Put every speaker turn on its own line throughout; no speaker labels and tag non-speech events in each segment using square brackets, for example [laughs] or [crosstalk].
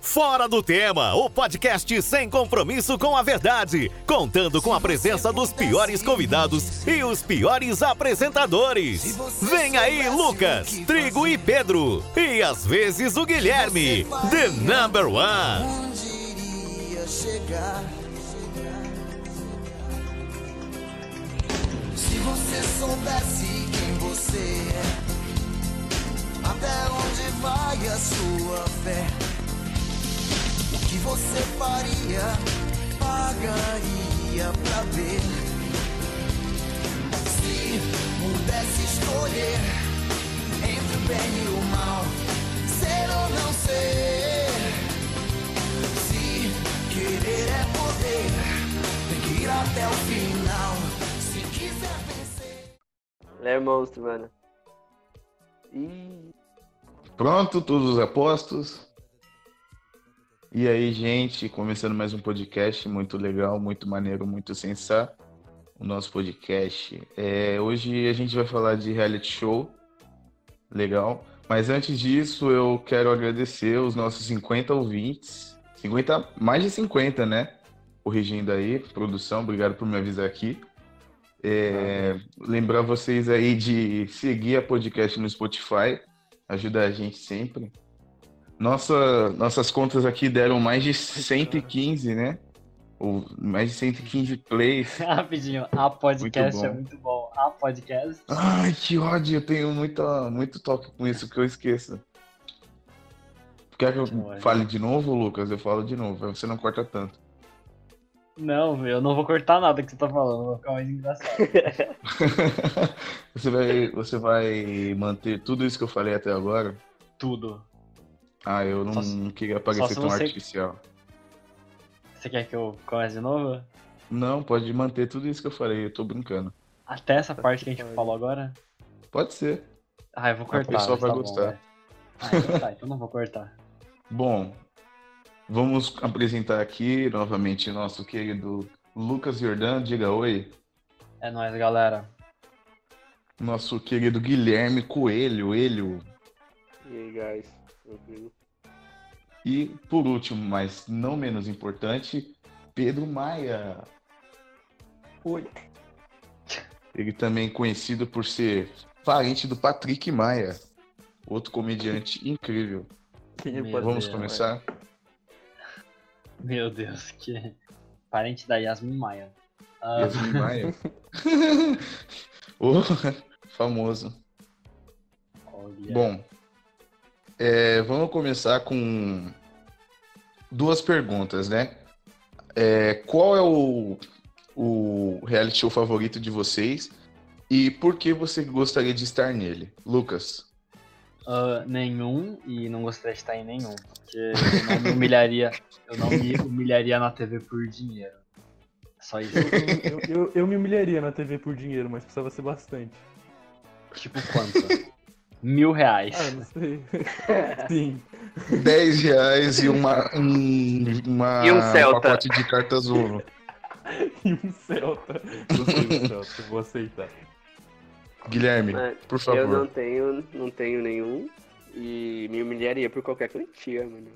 Fora do Tema, o podcast sem compromisso com a verdade, contando com a presença dos piores convidados e os piores apresentadores. Vem aí Lucas, Trigo e Pedro, e às vezes o Guilherme, The Number One.
Onde iria chegar? Se você soubesse quem você é, até onde vai a sua fé? O que você faria? Pagaria pra ver? Se pudesse escolher entre o bem e o mal, ser ou não ser. Se querer é poder, tem que ir até o final. Se quiser vencer.
Ele é monstro, mano. Ih,
Pronto, todos os apostos. E aí, gente, começando mais um podcast muito legal, muito maneiro, muito sensar. O nosso podcast. É, hoje a gente vai falar de reality show. Legal. Mas antes disso, eu quero agradecer os nossos 50 ouvintes. 50, mais de 50, né? Corrigindo aí, produção, obrigado por me avisar aqui. É, lembrar vocês aí de seguir a podcast no Spotify ajuda a gente sempre. Nossa, nossas contas aqui deram mais de
é.
115, né? Ou mais de 115 plays.
[laughs] Rapidinho, a
Muito
podcast
bom.
é muito bom. A podcast.
Ai, que ódio, eu tenho muita, muito toque com isso que eu esqueço. Quer que eu
Que ódio.
fale de novo, Lucas? Eu falo de novo, aí você não corta tanto. [laughs]
Não, meu, eu não vou cortar nada que você tá falando, vou ficar
[laughs]
mais engraçado.
você, vai, você vai manter tudo isso que eu falei até agora?
Tudo.
Ah, eu não,
Só se-
não queria
só
aparecer
se
tão
você-
artificial.
Você quer que eu comece de novo?
Não, pode manter tudo isso que eu falei, eu tô brincando.
Até essa parte que a gente falou agora?
Pode ser.
Ah, eu vou
A
cortar.
pessoa
mas
vai
tá bom,
gostar.
vai. ah, então tá, então não vou cortar.
Bom, vamos apresentar aqui novamente nosso querido Lucas Jordan, diga oi.
É nóis, galera.
Nosso querido Guilherme Coelho, Elho.
e aí, guys? Tranquilo?
E por último, mas não menos importante, Pedro Maia. Oi. Ele também conhecido por ser parente do Patrick Maia, outro comediante incrível.
é
Meu
Vamos
Deus,
começar?
Meu Deus, que. Parente da Yasmin Maia. Ah,
Yasmin Maia. [laughs] Ô, famoso.
olha.
Bom, é, vamos começar com duas perguntas, né? É, qual é o, o reality show favorito de vocês e por que você gostaria de estar nele? Lucas,
Ah, nenhum e não gostaria de estar em nenhum. Porque eu não me humilharia. Eu não me humilharia na TV por dinheiro. Só isso.
Eu, eu- eu me humilharia na TV por dinheiro, mas precisava ser bastante.
Tipo quanto? [laughs] Mil reais.
Ah,
[laughs]
não sei. Sim.
10 reais e uma, um, uma-
E um Celta.
pacote de cartas Uno.
E um Celta. Gostei do Celta, vou aceitar.
Guilherme,
Ah,
por
Eu não
favor.
tenho, não tenho nenhum. E me humilharia por qualquer quantia, mano.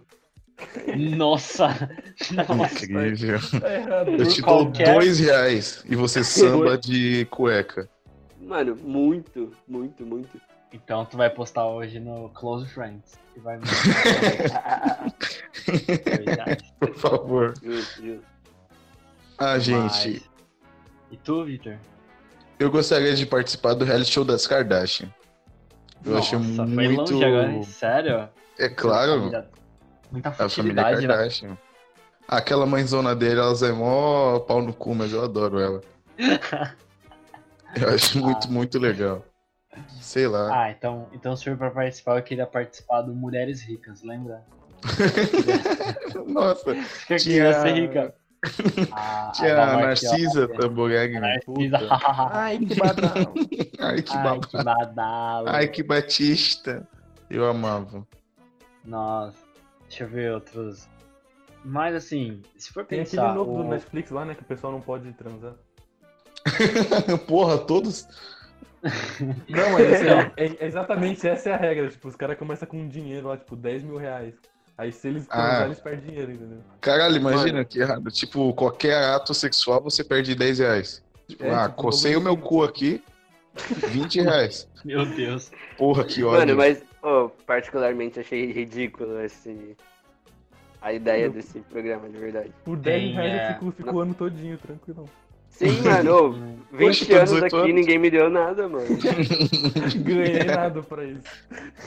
Nossa! Nossa!
Incrível.
Tá errado.
Eu te dou
qualquer-
dois reais e você samba de cueca.
Mano, muito, muito, muito.
Então tu vai postar hoje no Close Friends. E
[laughs]
vai me.
Por favor.
Justo, justo.
Ah, gente,
E tu, Victor?
Eu gostaria de participar do reality show das Kardashian. Eu achei
Nossa,
muito.
foi longe agora, hein? Sério?
É claro,
Família- Muita
a família
facilidade, né?
Kardashian. Aquela mãezona dele, elas é mó pau no cu, mas eu adoro
[laughs]
ela. Eu acho muito, muito legal. Sei lá.
Ah, então, então se for pra participar, eu queria participar do Mulheres Ricas, lembra? Ah.
Nossa,
Eu
Tinha-
queria ser
[laughs]
é rica. Ah,
tinha
da
a
Marti, ó.
Narcisa Tamboreg.
[laughs] Narcisa,
Ai,
[laughs]
que badal.
Ai, que
Ai,
babado.
que badalo.
Ai, que batista. Eu amava. [laughs]
Nossa, deixa eu ver outros. Mas assim, se for
Tem aquele
pensar.
novo
o-
do Netflix lá, né? Que o pessoal não pode transar.
Porra, todos.
é um Não, mas assim, ó, é, é exatamente essa é a regra. Tipo, os caras começam com dinheiro lá, tipo, 10 mil reais. Aí se eles
Ah.
transarem, eles perdem dinheiro, entendeu?
Caralho, imagina que errado. Tipo, qualquer ato sexual você perde 10 reais. Tipo,
É,
ah,
tipo,
cocei o meu cu aqui,
[laughs]
20 reais.
Meu Deus.
Porra, que ódio.
Mano, mas ô, particularmente achei ridículo esse, a ideia desse programa, de verdade.
Por 10
Tem,
reais
é.
eu fico, fico o ano todinho,
[laughs]
tranquilo.
Sim,
[laughs]
mano,
Hum.
ô,
Poxa,
20
com
anos
18
aqui
tá anos.
ninguém me deu nada, mano.
Ganhei nada pra isso.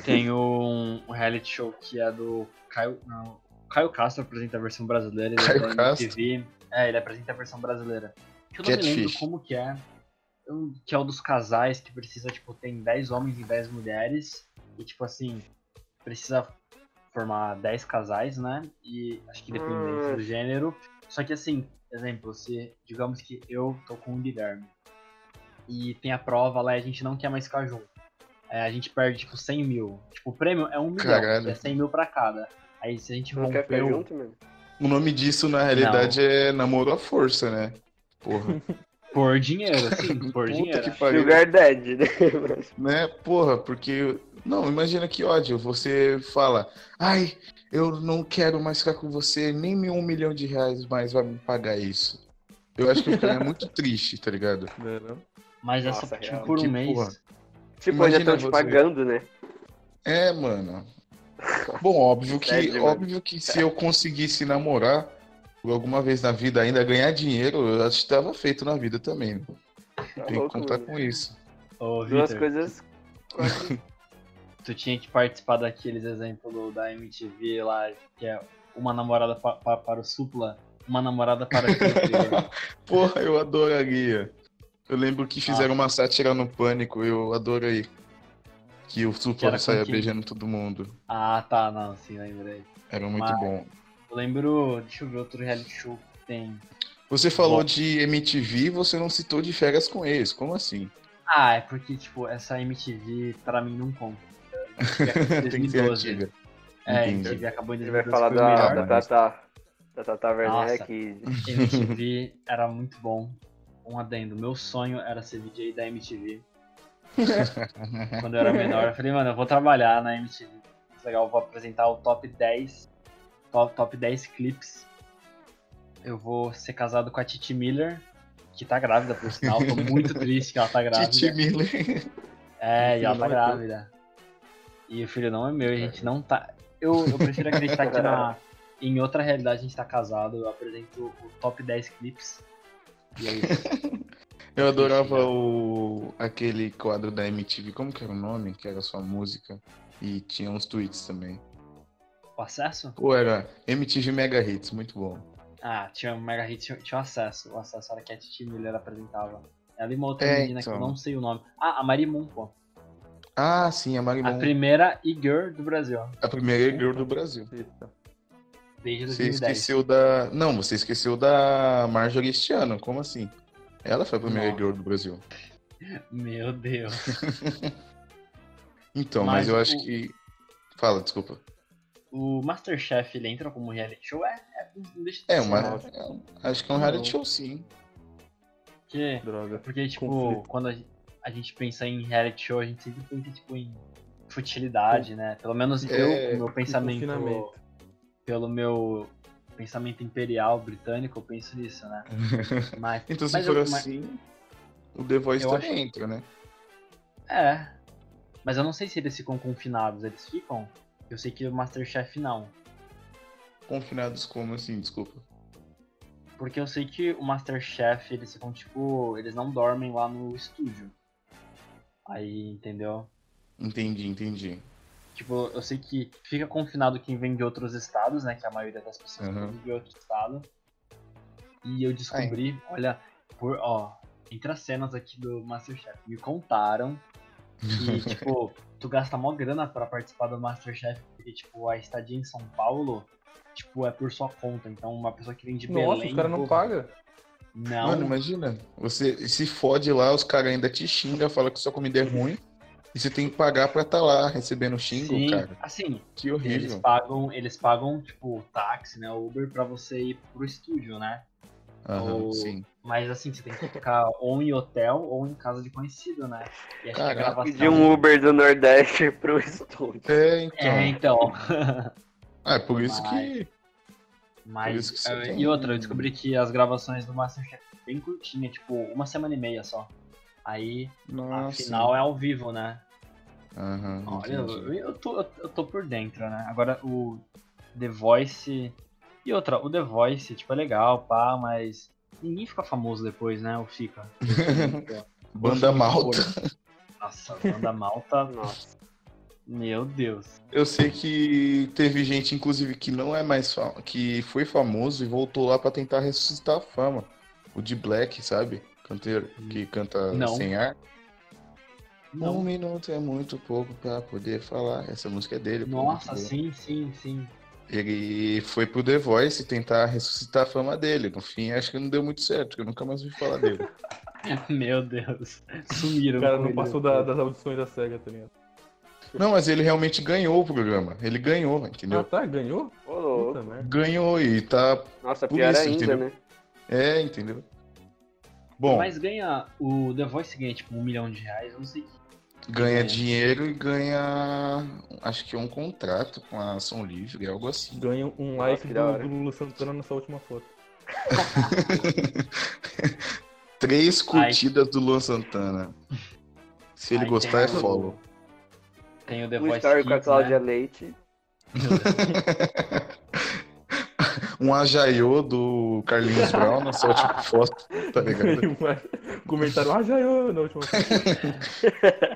Tem um, um reality show que é do Caio. Não, Caio Castro apresenta a versão brasileira. Ele
Caio
é da
Castro?
MTV. É, ele apresenta a versão brasileira. Que eu não me lembro
Catfish.
como que é. Eu- Que é o dos casais que precisa, tipo, tem 10 homens e 10 mulheres. E tipo assim, precisa formar 10 casais, né? E acho que dependente
Hum.
do gênero. Só que assim, exemplo, se digamos que eu tô com o Guilherme e tem a prova lá e a gente não quer mais ficar junto. É, a gente perde, tipo, 100 mil. Tipo, o prêmio é um milhão.
Caralho.
É 100 mil pra cada. Aí se a gente
Não quer ficar
rompeu.
junto, mano?
O nome disso, na realidade, é namoro à força, né?
[laughs]
Porra.
Por dinheiro,
[laughs]
sim, por
Puta
dinheiro.
que pariu.
Sugar Dead, né? mano?
Né? Porra, porque. Não, imagina que ódio. Você fala, ai, eu não quero mais ficar com você, nem me um milhão de reais mais vai me pagar isso. Eu acho que o cara é
[laughs]
muito triste, tá ligado?
Não é não?
Mas essa,
Nossa,
tipo,
real.
por
Que
um mês.
porra.
Tipo,
Imagina
já estão te
você.
pagando, né? [laughs]
É, mano. Bom, óbvio que,
Sério, mano.
óbvio que se eu conseguisse namorar por alguma vez na vida ainda, ganhar dinheiro, eu acho que estava feito na vida também.
Tá
Tem que
louco,
contar
mano.
com isso.
Ô,
Duas
[laughs]
Vitor,
coisas. quase-
tu tinha que participar daqueles exemplos da MTV lá, que é uma namorada pa- pa- para o Supla, uma
[laughs]
namorada para o Supla.
Porra, eu adoraria. Eu lembro que fizeram
Ah.
uma sátira no Pânico, eu adorei. Que o
Que era
Supla
com
saia
quem?
beijando todo mundo.
Ah, tá, não, sim, lembrei.
Era muito
Mas-
bom.
Eu lembro, deixa eu ver outro reality show que tem.
Você falou
Bom.
de MTV, você não citou de férias com eles. Como assim?
Ah, é porque, tipo, essa MTV pra mim não conta.
[laughs] Tem que ser
2012.
antiga.
É,
Entendi.
MTV acabou em
Ele vai
2012.
falar
foi o melhor.
da,
melhor,
da Tata. Da Tata
Nossa.
Werneck. e-
MTV
[laughs]
era muito bom. Um adendo. Meu sonho era ser DJ da
[laughs]
MTV. Quando eu era menor, eu falei, mano, eu vou trabalhar na MTV. Isso é Legal, eu vou apresentar o top 10. Top, top 10 clips. Eu vou ser casado com a Titi Miller, que tá grávida, por sinal.
[laughs]
Tô muito triste que ela tá grávida.
Titi Miller.
É,
O
e ela tá
filho não é teu.
grávida. E o filho não é meu, e a gente não tá. Eu, eu prefiro acreditar que na, em outra realidade a gente tá casado. Eu apresento o top 10 clips. E é isso.
Eu adorava o aquele quadro da MTV, como que era o nome? Que era sua música. E tinha uns tweets também.
O acesso?
Pô, era MTV Mega Hits, muito bom.
Ah, tinha o Mega Hit, tinha, tinha o acesso. O acesso era que a Titi Miller apresentava. Ela e uma outra
É,
menina que eu
então.
não sei o nome. Ah, a Marimun, pô.
Ah, sim, a
A
Marimon,
primeira e-girl do Brasil.
a primeira girl do Brasil.
Eita.
Desde
Você
2010.
esqueceu da. Não, você esqueceu da Marjorie este ano, como assim? Ela foi a primeira
Não.
girl do Brasil.
Meu Deus.
Então, mas,
Mas
eu acho
o-
que. Fala, desculpa.
O Masterchef, ele entra como reality show? É, é não deixa de
É,
ser,
uma.
né?
é um- acho que é um reality show, sim.
Porque
Droga.
Porque, tipo,
Conflito.
quando a gen- a gente pensa em reality show, a gente sempre pensa, tipo, em futilidade, né? Pelo menos eu,
É,
o meu pensamento,
tipo, Confinamento.
pelo meu pensamento imperial britânico, eu penso nisso,
[laughs]
né? Mas,
Então, se
mas
for
eu, mas-
assim, o The Voice
Eu
também
acho-
entra, né?
É. Mas eu não sei se eles ficam confinados, eles ficam? Eu sei que o Masterchef não.
Confinados como assim, desculpa.
Porque eu sei que o Masterchef, eles ficam, tipo, eles não dormem lá no estúdio. Aí, entendeu?
Entendi, entendi.
Tipo, eu sei que fica confinado quem vem de outros estados, né? Que a maioria das pessoas
Uhum.
vem de outro estado. E eu descobri, olha, por, ó, entre as cenas aqui do Masterchef, me contaram
[laughs]
que, tipo, tu gasta mó grana pra participar do Masterchef, porque, tipo, a estadia em São Paulo, tipo, é por sua conta. Então, uma pessoa que vem de
Nossa,
Belém...
os caras não
porra,
pagam.
Não,
Mano, imagina. Você se fode lá, os caras ainda te xingam, falam que sua comida é ruim. E você tem que pagar pra estar tá lá recebendo xingo,
sim,
cara.
assim,
Que
Eles
horrível.
pagam, eles pagam, tipo, táxi, né, Uber, pra você ir pro estúdio, né?
Aham,
o-
sim.
Mas assim, você tem que ficar ou em hotel ou em casa de conhecido, né? E acho que a
Caraca, um
gravação.
[laughs] Pedir um Uber do Nordeste pro estúdio.
É, então.
É, então.
É, por isso que. Por isso que
Mas.
você
eh,
tem
e outra,
um-
eu descobri que as gravações do Masterchef é bem curtinha, tipo, uma semana e meia só. Aí, a
Nossa.
final é ao vivo, né?
Aham,
Olha, eu,
entendi.
eu tô, eu tô por dentro, né? Agora o The Voice. E outra, o The Voice, tipo, é legal, pá, mas. Ninguém fica famoso depois, né? Ou fica.
Banda malta.
Nossa, banda malta.
Nossa.
Meu Deus.
[laughs] Eu sei que teve gente, inclusive, que não é mais fam... que foi famoso e voltou lá pra tentar ressuscitar a fama. O de Black, sabe? Canteiro que canta
Hum. Não.
sem ar. Um
Não.
minuto é muito pouco pra poder falar. Essa música é dele. pô,
Nossa,
muito boa.
sim, sim, sim. [laughs]
Ele foi pro The Voice tentar ressuscitar a fama dele. No fim, acho que não deu muito certo, porque eu nunca mais ouvi falar
[laughs]
dele.
Meu Deus. Sumiram.
O cara
com
não
ele.
passou da- das audições da SEGA, tá ligado?
Não, mas ele realmente ganhou o programa. Ele ganhou,
Ah,
entendeu?
tá, ganhou?
Ô, louco.
Puta merda.
Ganhou e tá.
Nossa,
Por
pior
isso,
ainda,
entendeu?
né?
É, entendeu? Bom,
Mas ganha. O The Voice ganha tipo um milhão de reais, eu não sei.
ganha
É.
dinheiro e ganha. Acho que é um contrato com a ação livre, algo assim.
Ganha um
Nossa,
like
que
do,
da hora.
do Lulu Santana nessa última foto.
Três curtidas do Luan Santana. Se ele
Ai,
gostar, é
tem-
[laughs]
follow.
Tem o The
Um
Voice.
story com a
Kids,
Cláudia
né?
Leite.
Um ajaiô do Carlinhos Brown nessa última foto, tá ligado?
Ganhei um like. Comentaram, ah, já eu na última foto.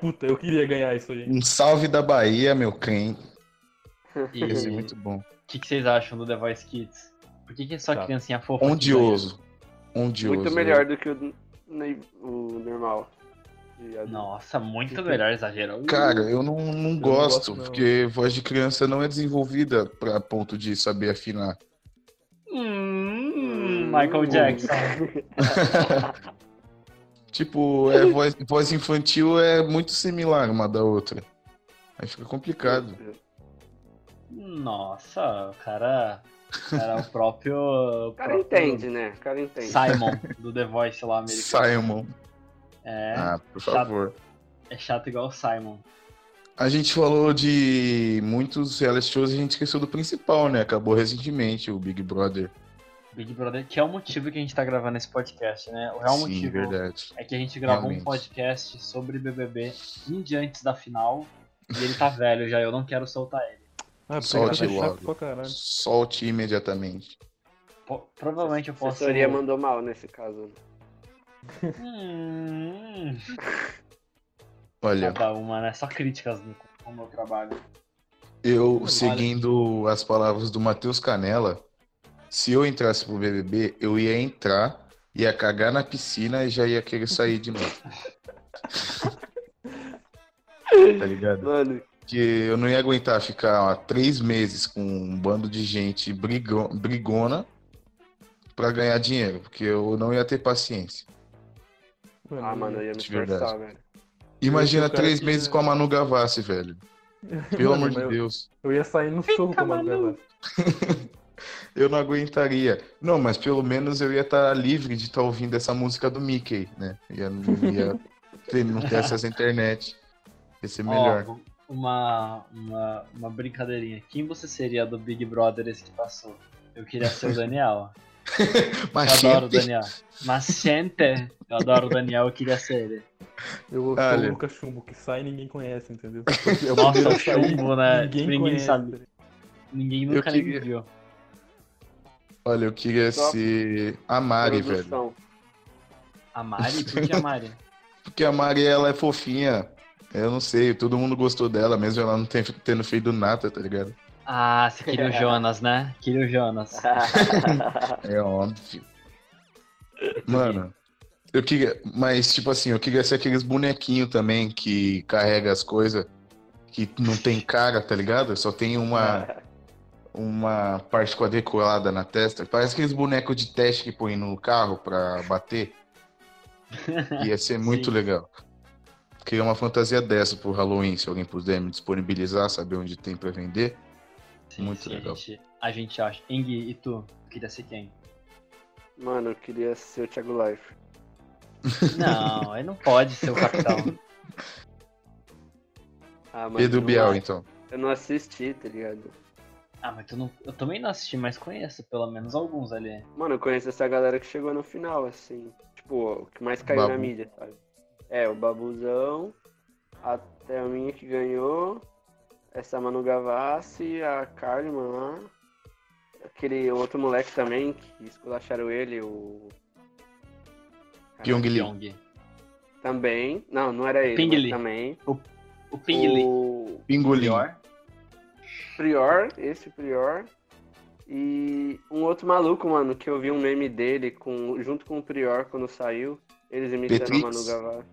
[laughs]
Puta, eu queria ganhar isso aí. hein?
Um salve da Bahia, meu quem. [laughs]
E
Ia ser muito bom.
o que, que vocês acham do The Voice Kids? Por que, que é só
Tá.
criancinha fofa? que
Ondioso. Ondioso. é.
Muito melhor do que o, ne- o normal. de
ganha?
adulto.
né? Nossa, muito melhor, exagero.
Cara, eu não, não gosto,
gosto, não.
porque voz de criança não é desenvolvida pra ponto de saber afinar.
Hum, Michael Jackson.
Tipo, é voz, voz infantil é muito similar uma da outra. Aí fica complicado.
Nossa, o cara. o cara é o próprio.
[laughs] O cara entende, né? O cara entende.
Simon, do The Voice
[laughs]
lá americano.
Simon.
É,
Ah, por
chato.
favor.
é chato igual o Simon.
A gente falou de muitos reality shows e a gente esqueceu do principal, né? Acabou recentemente o Big Brother.
Big Brother, que é o motivo que a gente tá gravando esse podcast, né? O real
Sim,
motivo
verdade.
é que a gente gravou
Realmente.
um podcast sobre BBB um dia antes da final. E ele tá velho já, eu não quero soltar ele.
Ah, porque
Solte
o cara tá
logo.
chato pra caralho.
Solte imediatamente.
Po- provavelmente eu
A
posso.
assessoria mandou mal nesse caso.
Hum,
Olha,
cada uma, né? Só críticas no, no meu trabalho.
Eu, seguindo as palavras do Matheus Canella, se eu entrasse pro BBB, eu ia entrar, ia cagar na piscina e já ia querer sair de novo. Tá ligado?
Mano,
Porque eu não ia aguentar ficar ó, três meses com um bando de gente brigão- brigona pra ganhar dinheiro, porque eu não ia ter paciência.
Hum,
ah, mano, eu ia me
De verdade.
esforçar, velho.
Imagina
cara
três
que-
meses com a Manu Gavassi, velho. Pelo
Mano,
amor de
eu-
Deus.
Eu ia sair no soco com a Manuela.
Eu não aguentaria. Não, mas pelo menos eu ia estar livre de estar ouvindo essa música do Mickey, né? Ia, não ia ter, não ter essas internet. Ia ser melhor.
Ó, uma, uma, uma brincadeirinha. Quem você seria do Big Brother esse que passou? Eu queria ser o
[laughs]
Daniel. Eu
mas
adoro o
gente,
Daniel. Mas gente, eu adoro o Daniel, eu queria ser ele.
Eu sou
Olha.
o Lucas Chumbo, que sai e ninguém conhece, entendeu?
[laughs] eu
Nossa,
primeiro a
o
sair.
chumbo, né? Ninguém,
Ninguém, conhece.
sabe. Ninguém
Eu
nunca nem
queria-
viu.
[laughs] Olha, eu queria
Só
ser a Mari, velho.
Produção.
A Mari? Por que a Mari?
Porque a Mari, ela é fofinha. Eu não sei, todo mundo gostou dela, mesmo ela não tem- tendo feito nada, tá ligado?
Ah, você queria
[laughs]
o Jonas, né? Queria o Jonas.
Ah, É óbvio. Mano, eu queria. Mas, tipo assim, eu queria ser aqueles bonequinhos também que carrega as coisas que não tem cara, tá ligado? Só tem uma, uma parte quadriculada na testa. Parece aqueles bonecos de teste que põe no carro pra
[laughs]
bater. Ia ser muito
Sim.
legal. Queria uma fantasia dessa pro Halloween, se alguém puder me disponibilizar, saber onde tem pra vender.
Sim,
Muito
sim,
legal.
A gente, a gente acha. Engui, e tu? Queria ser quem?
Mano, eu queria ser o Thiago Life.
Não, ele não pode ser o capitão.
Ah, mano, Ah,
Pedro
eu não-
Bial, então.
Eu não assisti, tá ligado?
Ah, mas tu não, eu também não assisti, mas conheço pelo menos alguns ali.
Mano, eu conheço essa galera que chegou no final, assim. Tipo, o que mais caiu na
Babu.
mídia, sabe? É, o Babuzão, a Thelminha que ganhou, essa Manu Gavassi, a Carmen lá. Aquele outro moleque também, que esculacharam ele, o.
Pyong Lee.
Pyong.
Também. Não, não era ele.
Ping
mas
Lee.
também.
O Ping Lee.
O
Pingolim.
Pior.
Prior, esse Prior. E um outro maluco, mano, que eu vi um meme dele com, junto com o Prior quando saiu. Eles imitaram o
Petrix?
Manu Gavassi.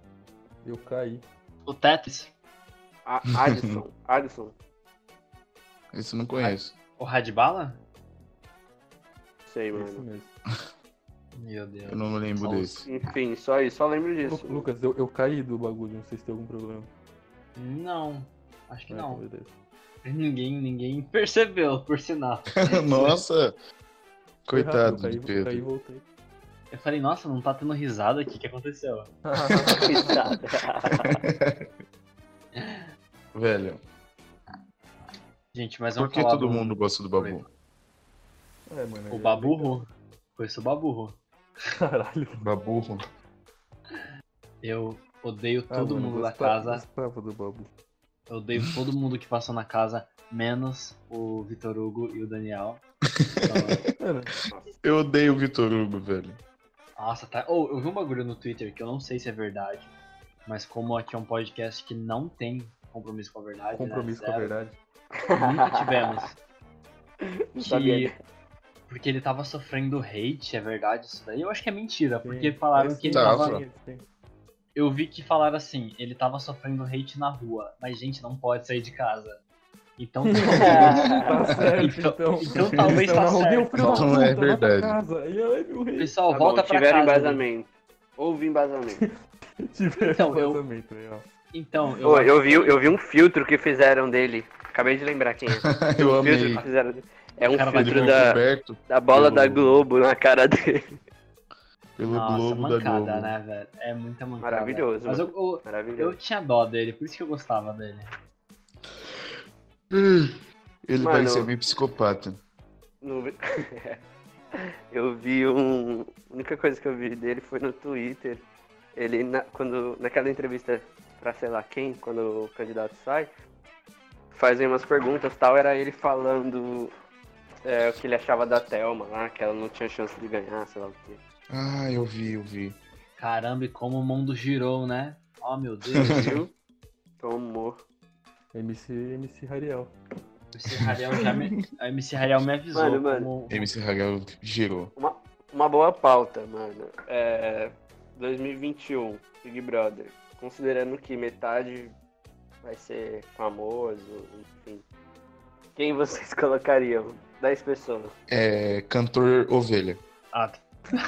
Eu caí.
O Tetris.
A-
[laughs]
Adson, Adson,
Isso eu não conheço.
O Radbala?
sei,
é Isso
mano.
mesmo.
Meu
Eu
Deus.
não me lembro
Só os-
desse. [laughs]
Enfim, só isso, só lembro disso.
Lu- Lucas, eu, eu caí do bagulho, não sei se tem algum problema.
Não. Acho que
Ah, então
não.
beleza.
Ninguém, ninguém [laughs] percebeu, por sinal.
Nossa!
Foi
Coitado
rápido, eu
de
caí, eu caí e
Pedro.
[laughs]
voltei. [laughs]
Eu falei, nossa, não tá tendo risada aqui, o que aconteceu?
Velho,
Gente, mas
por
vamos
que
falar
todo
do-
mundo gosta do Babu?
é, mano.
O
aí-
Baburro? Conheço o Baburro.
Caralho.
Baburro.
Eu odeio
Ah,
todo
mano,
mundo da
gostava-
casa.
Gostava do babu.
Eu
[laughs]
odeio todo mundo que passou na casa, menos o Vitor Hugo e o
[laughs]
Daniel. Então,
Mano,
Eu odeio o Vitor Hugo, velho.
nossa, tá. Ou eu vi um bagulho no Twitter que eu não sei se é verdade, mas como aqui é um podcast que não tem compromisso com a verdade, né,
compromisso com a
zero,
verdade.
nunca tivemos.
Não
que...
sabia.
Porque ele tava sofrendo hate, é verdade isso daí? Eu acho que é mentira, porque
Sim,
falaram
parece é
que ele
tá,
tava.
Rafa.
Sim, sim.
Eu vi que falaram assim, ele tava sofrendo hate na rua, mas gente, não pode sair de casa.
[laughs]
Então
É.
Tá certo,
[laughs] Então-
então.
então talvez tá
não, meu
certo.
filho da
Não,
puta,
é
vai pra
verdade.
Casa. E aí, meu rei.
Pessoal,
Tá bom,
volta pra
tiveram
casa. né?
embasamento. Houve embasamento.
Tiveram
Então, eu-
vazamento aí, ó.
Então, eu,
Ô, eu, vi, eu vi um filtro que fizeram dele. Acabei de lembrar quem é.
[laughs] Eu
Um
amei.
filtro que fizeram dele. É um
Cara, vai
Ele
filtro
foi
da,
coberto
um
da bola
pelo-
da Globo na cara dele.
pelo
Nossa,
Globo da
mancada,
Globo.
né, velho? É muita mancada.
Maravilhoso,
Mas eu, eu, eu
Maravilhoso.
tinha dó dele, por isso que eu gostava dele. né?
[gasps] Ele
Mano,
vai ser bem psicopata.
[laughs] Não vi- É. Eu vi um. A única coisa que eu vi dele foi no Twitter. Ele, na, quando, naquela entrevista pra sei lá quem, quando o candidato sai, fazem umas perguntas tal. Era ele falando é, o que ele achava da Thelma lá, que ela não tinha chance de ganhar, sei lá o quê.
Ah, eu vi, eu vi.
Caramba, e como o mundo girou, né? Oh,
[laughs]
meu Deus.
Viu? Tomou.
MC, MC Rariel.
O MC Rariel já me, a MC Rariel me avisou.
Mano, mano.
como-
MC Hagel girou.
Uma boa pauta, mano. É, 2021, Big Brother. Considerando que metade vai ser famoso, enfim. Quem vocês [laughs] colocariam? 10 pessoas.
É, cantor ovelha.
Ah, tá.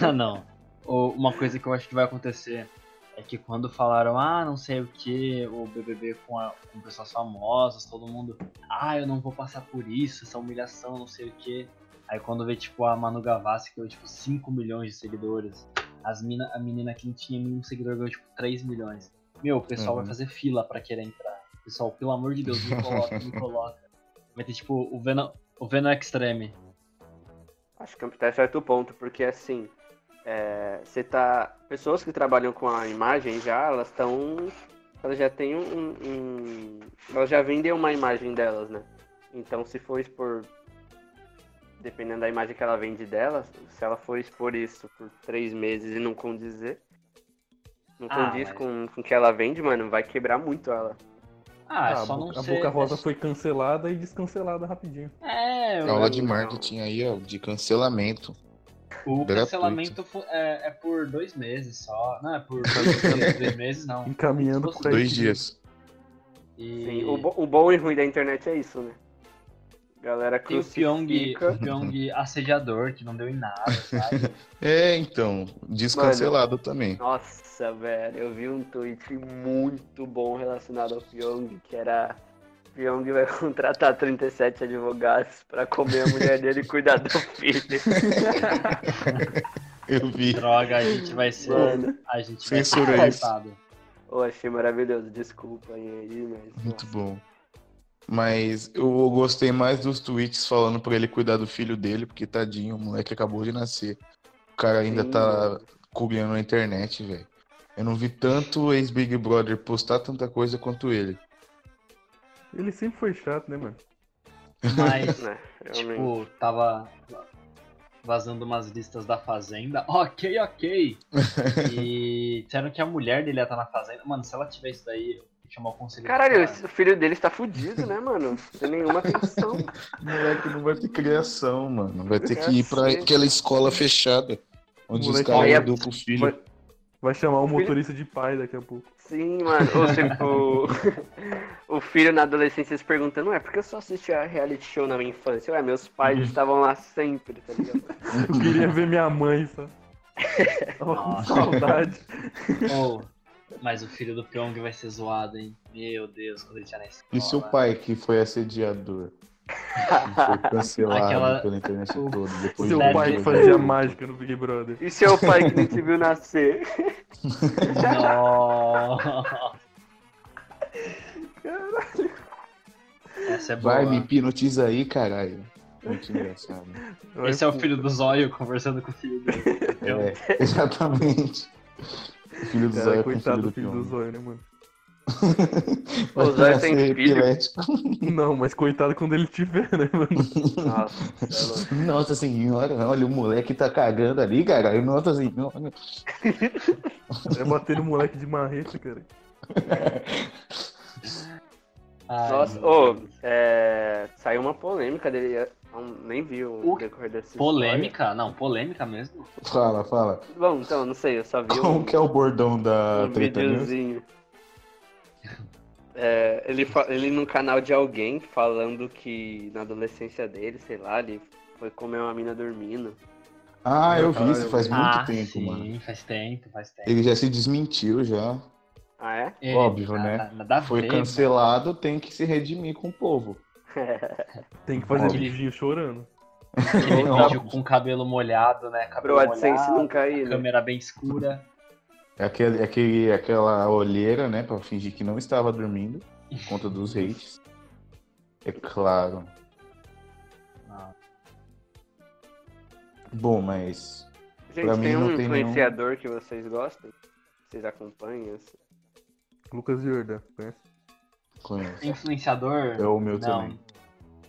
Ah, [laughs] não. Ou Uma coisa que eu acho que vai acontecer é que quando falaram, ah, não sei o que, o BBB com, a- com pessoas famosas, todo mundo, ah, eu não vou passar por isso, essa humilhação, não sei o que. Aí quando vê, tipo, a Manu Gavassi, que ganhou, tipo, 5 milhões de seguidores, as mina, a menina que não tinha nenhum seguidor ganhou, tipo, 3 milhões. Meu, o pessoal
Uhum.
vai fazer fila pra querer entrar. Pessoal, pelo amor de Deus, me coloca,
[laughs]
me coloca. Vai ter, tipo, o Venom, o Venom Extreme.
Acho que até certo ponto, porque assim, é, você tá. Pessoas que trabalham com a imagem já, elas estão. Elas já têm um, um- Elas já vendem uma imagem delas, né? Então se for expor. Dependendo da imagem que ela vende dela, se ela for expor isso por três meses e não condizer. Não
Ah,
condiz
mas-
com, com o que ela vende, mano, vai quebrar muito ela.
Ah, é
Tá, a
só
boca,
não
a
ser...
Boca Rosa foi cancelada e descancelada rapidinho.
É, eu-
Aula de marketing aí, ó, de cancelamento.
O
Gratuito.
cancelamento fu- é, é por dois meses só. Não, é
[laughs]
por dois meses, três meses, não.
Encaminhando
Dois
pra
Dois
equipe.
dias.
E
Sim, Assim, o, bo- o bom e ruim da internet é isso, né? Galera
tem o Pyong,
crucifica.
o Pyong assediador, que não deu em nada, tá?
[laughs]
sabe?
É, então, descancelado também.
Nossa, velho, eu vi um tweet muito bom relacionado ao Pyong, que era Pyong vai [laughs] contratar 37 advogados pra comer a mulher dele e cuidar do [laughs] filho.
Eu vi.
Droga, a gente vai ser.
Mano.
A gente vai ser
Censura isso.
cortado.
Eu achei maravilhoso, desculpa aí, mas.
Muito bom. Mas eu gostei mais dos tweets falando pra ele cuidar do filho dele, porque tadinho, o moleque acabou de nascer. O cara ainda
Sim,
tá cobrindo na internet, velho. Eu não vi tanto ex-Big Brother postar tanta coisa quanto ele.
Ele sempre foi chato, né, mano?
Mas,
né? [laughs] Realmente.
tipo, tava vazando umas listas da Fazenda. Ok,
[laughs]
ok. E disseram que a mulher dele ia estar na Fazenda. Mano, se ela tiver isso daí, eu vou chamar o conselho.
Caralho, esse- o filho dele está fudido, né, mano? Sem nenhuma atenção.
O moleque não vai ter criação, mano. Vai ter que ir pra
Cacete.
aquela escola fechada, onde os
Moleque,
caras
aí é-
mudam pro filho.
Vai, vai chamar o
Filho-
motorista de pai daqui a pouco.
Sim, mano. Ou tipo, [laughs] o filho na adolescência se perguntando, ué, por que eu só assistia reality show na minha infância? Ué, meus pais estavam lá sempre, tá ligado?
Eu queria ver minha mãe,
[laughs]
sabe? Tava com
Nossa.
saudade.
Oh, mas o filho do Pyong vai ser zoado, hein? Meu Deus, quando ele tinha na escola.
E seu pai, que foi assediador, que [laughs] foi cancelado
Aquela-
pela internet
o-
toda. Depois
Seu
de um
pai
né?
que
jogo.
fazia mágica no Big Brother.
E seu pai que nem te viu nascer?
Nossa. Essa é boa.
Vai, me hipnotiza aí, caralho. Muito engraçado.
[laughs] Vai
Esse é o
pro-
filho do Zóio conversando com o filho do Pyong.
É, exatamente. O filho do
Cara,
Zóio é com o
É,
filho do
coitado do filho do
Pyong.
Zóio, né, mano?
Vai
O Zóio
nascer
tem filho?
epilético.
Não, mas coitado quando ele tiver, né, mano?
Nossa, tá louco.
Nossa senhora, olha o moleque tá cagando ali, caralho. Nossa senhora.
É bater no moleque de marreta, cara.
Ai,
Nossa, ô, é, saiu uma polêmica dele, eu nem vi o
O-
decorrer desse.
Polêmica? Não, polêmica mesmo.
Fala, fala.
Bom, então, não sei, eu só vi um,
Como que é o bordão da
um
treta news?
videozinho. É, ele, fa- ele num canal de alguém falando que na adolescência dele, sei lá, ele foi comer uma mina dormindo.
Ah, eu
Ah,
vi isso
eu
faz
vi.
muito
ah,
tempo,
sim,
mano.
faz tempo, faz tempo.
Ele já se desmentiu já.
Ah, é?
É,
Óbvio,
na-
né?
na- nada a
Foi
ver,
cancelado, tem que se redimir com o povo.
Tem que fazer
Óbvio.
vídeo chorando.
Aquele
[laughs] Não.
vídeo tá, tipo, com cabelo molhado, né? Cabelo
Pro AdSense
molhado,
não cair, né?
câmera bem escura.
É Aquele, aquele, aquela olheira, né, pra fingir que não estava dormindo por conta dos hates. É claro.
Ah.
Bom, mas Pra
Gente,
mim
tem
não
um
tem
influenciador que vocês gostam? Vocês acompanham? assim?
Lucas Jordan, conhece?
[laughs] conheço.
Influenciador.
É o meu
não.
também.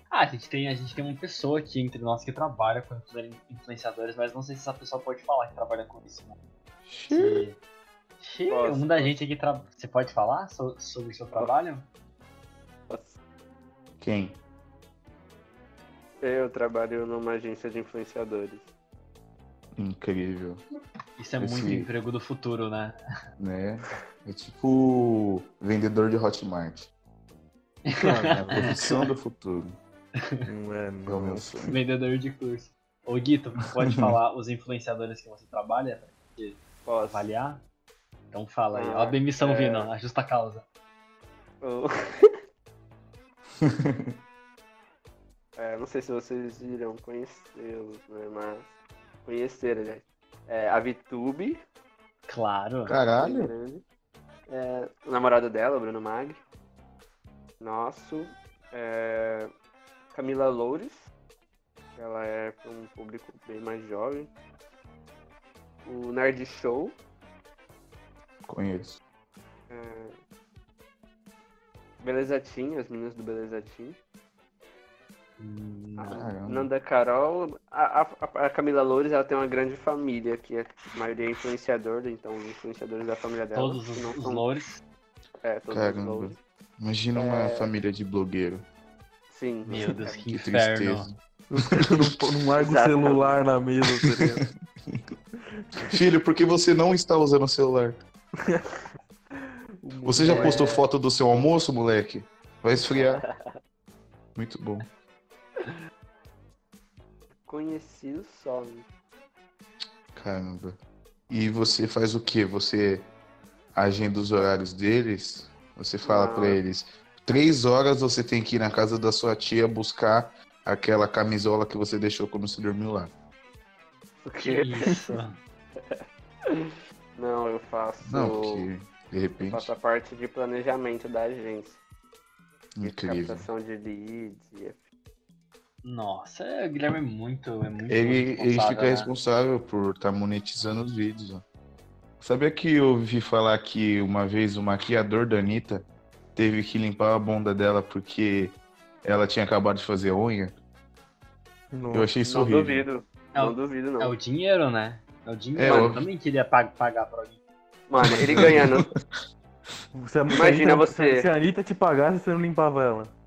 Ah, a gente, tem, a gente tem uma pessoa aqui entre nós que trabalha com influ- influenciadores, mas não sei se essa pessoa pode falar que trabalha com isso. Né? Que... Xiii,
Posso,
um da gente aqui tra... Você pode falar so- sobre o seu trabalho?
Quem?
Eu trabalho numa agência de influenciadores.
Incrível,
Isso é
Esse-
muito emprego do futuro, né?
né? É tipo vendedor de Hotmart. É a profissão do futuro.
Não é,
É o
não.
meu sonho.
Vendedor de curso. Ô Guito, pode falar os influenciadores que você trabalha pra
Posso?
avaliar? Então fala aí.
Ah,
Ó a demissão
é.
vindo, a justa causa.
Eu- [laughs] É, não sei se vocês irão conhecê-los, né? Mas conhecer, aliás. É, a Vitube,
Claro.
Caralho,
grande. É, o namorado dela, o Bruno Mag. Nosso. É, Camila Loures, que ela é pra um público bem mais jovem. O Nerd Show.
conheço.
É, Beleza Team, as meninas do Beleza Team.
Hum,
A
Caramba.
Nanda Carol, a, a- a Camila Loures, ela tem uma grande família, que é, a maioria é influenciador, então os influenciadores da família dela.
todos os,
que não
os
são-
loures.
É, todos os
Caramba.
Loures.
Imagina uma família de blogueiro.
Sim. É
Meu Deus, que
Que
inferno.
tristeza.
Os caras [laughs] não, não largam o
Exato.
celular na mesa, tá ligado?
Filho, por que você não está usando o celular? Você já postou foto do seu almoço, moleque? Vai esfriar. Muito bom.
Conheci o só. né?
Caramba. E você faz o quê? Você agenda os horários deles? Você fala
Não.
pra eles, três horas você tem que ir na casa da sua tia buscar aquela camisola que você deixou quando você dormiu lá.
O quê?
Que isso.
Não, eu faço.
Não, porque de
eu
repente.
faço a parte de planejamento da agência.
Incrível.
captação de leads. e- é-
Nossa, é, o Guilherme é muito. É muito
Ele, ele
responsável,
fica
né?
responsável por estar monetizando os vídeos. ó. Sabia que eu ouvi falar que uma vez o maquiador da Anitta teve que limpar a bunda dela porque ela tinha acabado de fazer a unha? Eu achei isso
Não
horrível.
duvido.
É
Não
o,
duvido,
é
não.
o dinheiro, né? É o dinheiro.
É,
Mano,
óbvio.
eu também queria pag- pagar pra alguém.
Mano,
[laughs]
ele ganhando.
Você, é-
Imagina
se a-
você.
Se a Anitta te pagasse, você não limpava ela.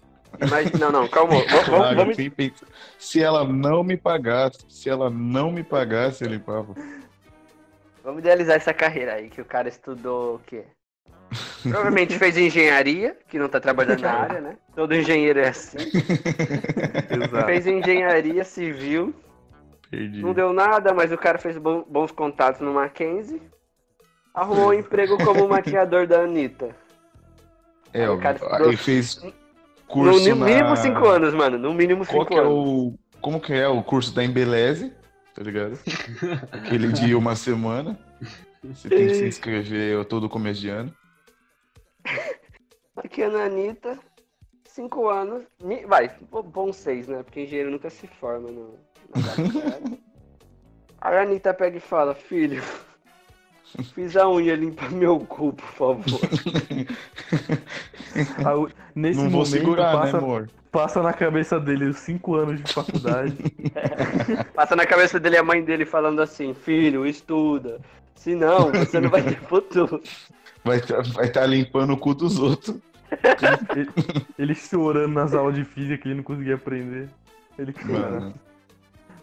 Imagina... Não, não, calma. Vamos, vamos,
Claro,
vamos,
quem pensa- Se ela não me pagasse, se ela não me pagasse, eu limpava.
vamos idealizar essa carreira aí, que o cara estudou o quê? Provavelmente fez engenharia, que não tá trabalhando na área, né? Todo engenheiro é
[laughs]
assim.
Exato.
Fez engenharia civil,
Perdi.
não deu nada, mas o cara fez bo- bons contatos no Mackenzie. Arrumou um emprego como maquiador da Anitta.
É,
o cara
ó,
ficou-
ele fez curso
no, no mínimo
na-
cinco anos, mano. No mínimo
Qual
cinco
que é
anos.
o. Como que é o curso da Embeleze?
[laughs]
Tá ligado? Aquele de uma semana. Você tem que se inscrever todo começo de ano.
Aqui é a Anitta, cinco anos. mi- Vai, bo- bom seis, né? Porque engenheiro nunca se forma no. na [laughs] faculdade. Aí a Anitta pega e fala, filho, [laughs] fiz a unha, limpa meu cu, por
[laughs]
favor.
Ah, o- Nesse
Não vou
momento,
segurar,
passa,
né, amor?
passa na cabeça dele os cinco anos
[laughs]
de faculdade.
Passa na cabeça dele a mãe dele falando assim, filho, estuda. Se não, você não vai ter
[laughs]
futuro.
Vai estar limpando o cu dos outros.
ele chorando nas aulas de física que ele não conseguia aprender. Ele, cara,
Mano,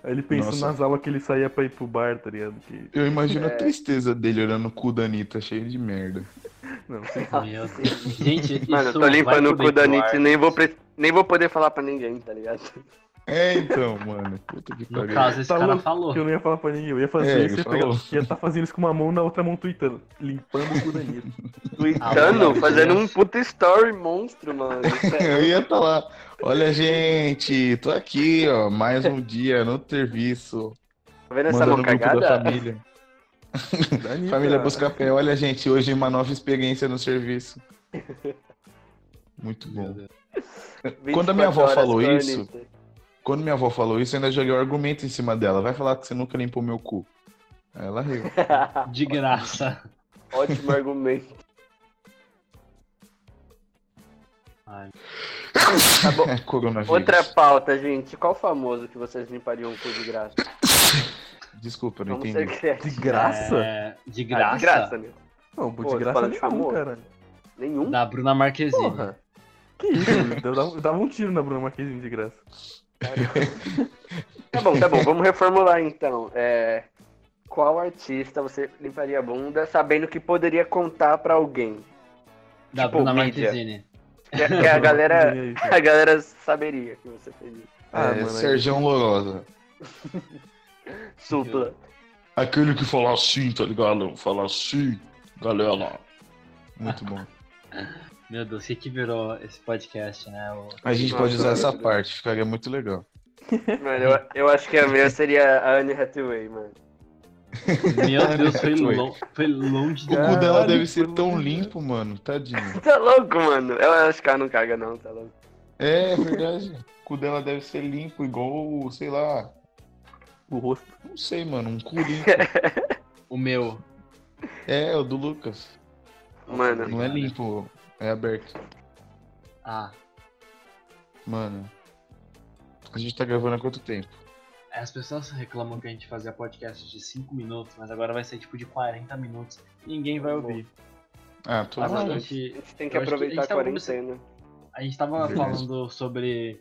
aí ele pensando
Nossa.
nas aulas que ele saía pra ir pro bar, tá ligado? Que,
eu imagino
É.
a tristeza dele olhando o cu da Anitta cheio de merda.
não, assim sem
Meu Deus. Gente,
[laughs]
isso
Mano, eu tô
vai
limpando o
pro
cu da
Big Ah,
Anitta né? e
War.
nem vou, pre- nem vou poder falar pra ninguém, tá
[laughs]
ligado?
É, então, mano. Puta que
No
pariu.
caso, esse
Tá
cara
louco
falou.
que eu não ia falar pra ninguém. Eu ia fazer
É,
isso,
ele
ia, pegar,
falou.
ia tá fazendo isso com uma mão, na outra mão tuitando. Limpando o cu da Anitta.
[laughs]
Tuitando,
meu
fazendo um
Deus.
puta story monstro, mano. é-
Eu ia estar lá. Olha, gente, tô aqui, ó. Mais um dia no serviço.
Tá vendo essa
Mandando
mão
no grupo da
cagada?
família.
Da Anitta.
Família busca pé. Olha, gente, hoje uma nova experiência
[laughs]
no serviço. Muito bom. Quando a minha
24
avó
horas
falou
com a
isso-
Anitta.
Quando minha avó falou isso, eu ainda joguei o argumento em cima dela. Vai falar que você nunca limpou meu cu. Aí
[laughs]
Ela riu. Ah, [laughs]
De graça.
Ótimo argumento.
Ai,
Tá
[laughs]
bom.
É coronavírus.
Outra pauta, gente. Qual famoso que vocês limpariam o cu de graça?
Desculpa, não
Vamos
entendi.
ser criativos.
De graça?
é, de
Ah,
graça.
de graça, meu.
Não, pô,
Pô,
de
tô
graça
falando de
nenhum,
famoso.
cara.
Nenhum?
Da Bruna Marquezine.
Porra. Que isso? Eu dava, eu dava um tiro na Bruna Marquezine de graça.
Tá bom, tá bom. Vamos reformular então. É, Qual artista você limparia a bunda sabendo que poderia contar pra alguém?
da
tipo,
Bruna
mídia.
Marquezine.
Que, é, que a
[laughs]
galera.
É isso.
A galera saberia que você fez isso.
Ah,
é,
mano,
Sergião Lorosa.
[laughs]
Supla.
Aquele que fala assim, tá ligado? Fala assim, galera. Muito bom.
Meu Deus, o que, que virou esse podcast, né?
[laughs]
O-
A gente
Nossa,
pode usar essa
cara.
parte, ficaria muito legal.
Mano, eu, eu acho que a minha seria a Anne Hathaway, mano.
Meu Deus, foi,
Foi.
lo- foi longe
O
de
cu
Caralho,
dela deve ser
pelo
tão
amor de
limpo, mano. Tadinho.
Tá louco, mano. Eu acho que ela não caga, não, tá louco.
É, é verdade. O cu dela deve ser limpo, igual, sei lá.
O rosto.
Não sei, mano. Um cu limpo.
O meu.
É, o do Lucas.
Mano,
Não é limpo, é aberto.
Ah,
Mano. A gente tá gravando há quanto tempo?
as pessoas reclamam que a gente fazia podcast de 5 minutos, mas agora vai ser tipo de 40 minutos. Ninguém vai ouvir.
Tá
Ah, tô
Mas a
falando.
a
gente,
gente tem que
Eu acho que
aproveitar
a
a
gente tá
quarentena.
a gente tava
Verdade.
falando sobre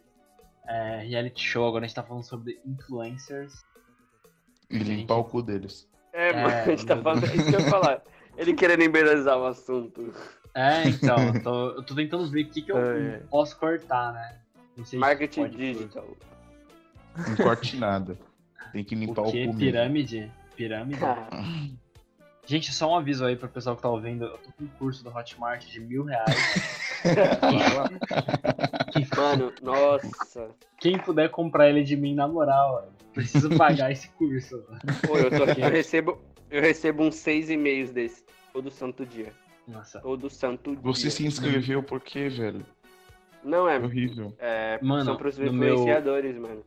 é, reality show, agora a gente tá falando sobre influencers.
E limpar o cu deles.
É, mano, a gente tá
meu
falando. Isso que eu ia falar. Ele querendo embelezar o assunto.
É, então, eu tô, eu tô tentando ver o que, que eu
É.
posso cortar, né? Não sei se
Marketing
pode
digital. [laughs]
Não corte nada. Tem que limpar
O
o,
quê?
cu mesmo.
Pirâmide?
[laughs]
Pirâmide?
Ah,
Gente, só um aviso aí pro pessoal que tá ouvindo. Eu tô com um curso do Hotmart de mil reais.
mano, nossa.
Quem puder comprar ele de mim, na moral, eu preciso pagar esse curso.
Pô, eu, tô aqui, eu recebo, eu recebo uns seis e-mails desse. Todo santo dia.
Nossa.
Todo santo dia.
Você se inscreveu por quê, velho?
Não é,
Horrível.
é
Mano,
são pros
no
influenciadores, mano.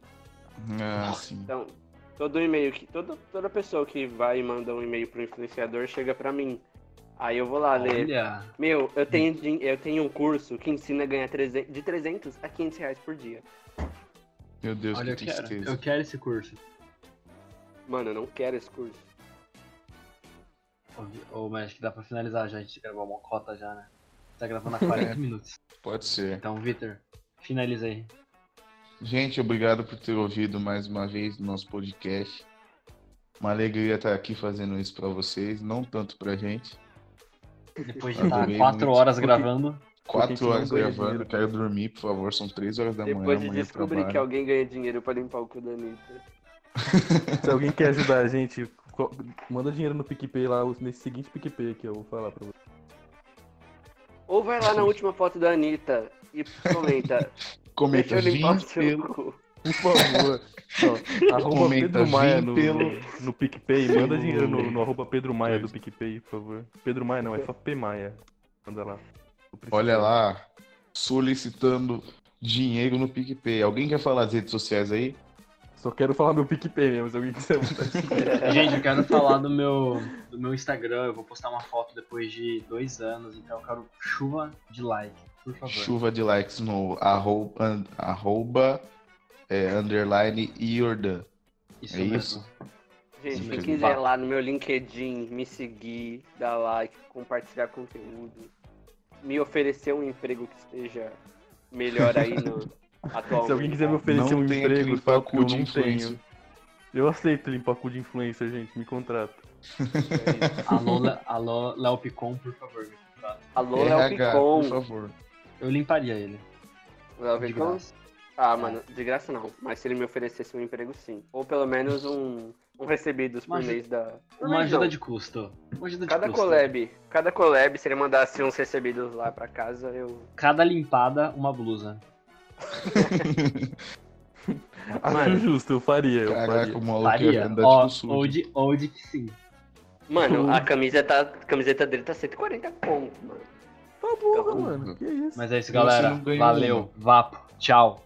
Ah, sim.
Então, todo e-mail que. Todo, toda pessoa que vai e manda um e-mail pro influenciador chega pra mim. Aí eu vou lá ler.
Olha,
Meu, eu tenho, din- eu tenho um curso que ensina a ganhar 300, de 300 a 500 reais por dia.
Meu Deus,
olha, eu
que
quero,
tristeza.
eu quero esse curso.
Mano, eu não quero esse curso.
Ô, Ô, mas acho que dá pra finalizar já, a gente gravou uma cota já, né? Tá gravando há
[laughs]
40 minutos.
Pode ser.
Então, Vitor, finaliza aí.
Gente, obrigado por ter ouvido mais uma vez o nosso podcast. Uma alegria estar aqui fazendo isso para vocês, não tanto pra gente.
Depois de
Eu
estar
adorei
4
muito. [laughs]
horas gravando.
Porque a gente
Quatro
não
horas
ganha
gravando,
dinheiro.
quero dormir, por favor, são três horas da manhã.
Depois de
amanhã eu
descobrir que
é
é
trabalho.
alguém ganha dinheiro pra limpar o cu da Anitta.
Se alguém quer ajudar a gente, co- manda dinheiro no PicPay lá, nesse seguinte PicPay que eu vou falar pra você.
Ou vai lá na última foto da Anitta e comenta. Deixa
Comenta
eu limpar o
vinte
seu
pelo,
cu.
Por favor.
[laughs]
Ó, arroba
Comenta,
Pedro Maia
vim
no,
pelo-
no PicPay. Manda dinheiro no, no arroba Pedro Maia do PicPay, por favor. Pedro Maia não, é só P Maia. Manda lá. Eu preciso.
Olha lá, solicitando dinheiro no PicPay. Alguém quer falar as redes sociais aí?
Só quero falar meu PicPay mesmo, se alguém quiser mandar dinheiro.
Gente, eu quero falar do meu, do meu Instagram. Eu vou postar uma foto depois de dois anos, então eu quero chuva de like, por favor.
Chuva de likes no arroba, an- arroba é, underline Iordan.
Isso
É
mesmo.
isso?
Gente, quem
Incrível.
quiser lá no meu LinkedIn me seguir, dar like, compartilhar conteúdo, me oferecer um emprego que esteja melhor aí no atualmente. é
Se alguém quiser me oferecer
Não
um
tem
emprego,
aquele
só
pacu
que eu
de
não
influencer.
tenho. Eu aceito limpar cu de influencer, gente, me contrata.
[laughs]
Alô, Le- alô, Léo Picon, por favor. me contrata.
Alô, Léo
RH, por
é Picon.
favor.
Eu limparia ele.
Léo
de
Picon?
graça.
Ah, mano, de graça não. Mas se ele me oferecesse um emprego, sim. Ou pelo menos um, um recebidos por
Uma aju-
mês da. por
Uma
mês, não.
ajuda de custo. Uma ajuda de
Cada
custo.
collab, cada collab, se ele mandasse uns recebidos lá pra casa, eu.
[laughs] Cada limpada, uma blusa.
Acho [laughs] justo, eu faria, eu
Caraca,
faria.
o maluco é
Faria.
verdade
Ó,
do sul.
old, old que sim.
Mano, a camisa tá, a camiseta dele tá 140 conto, mano.
Tá burra, mano, que isso.
Mas é isso,
Não, você
galera.
não ganhou
Valeu.
nenhuma.
Vapo. Tchau.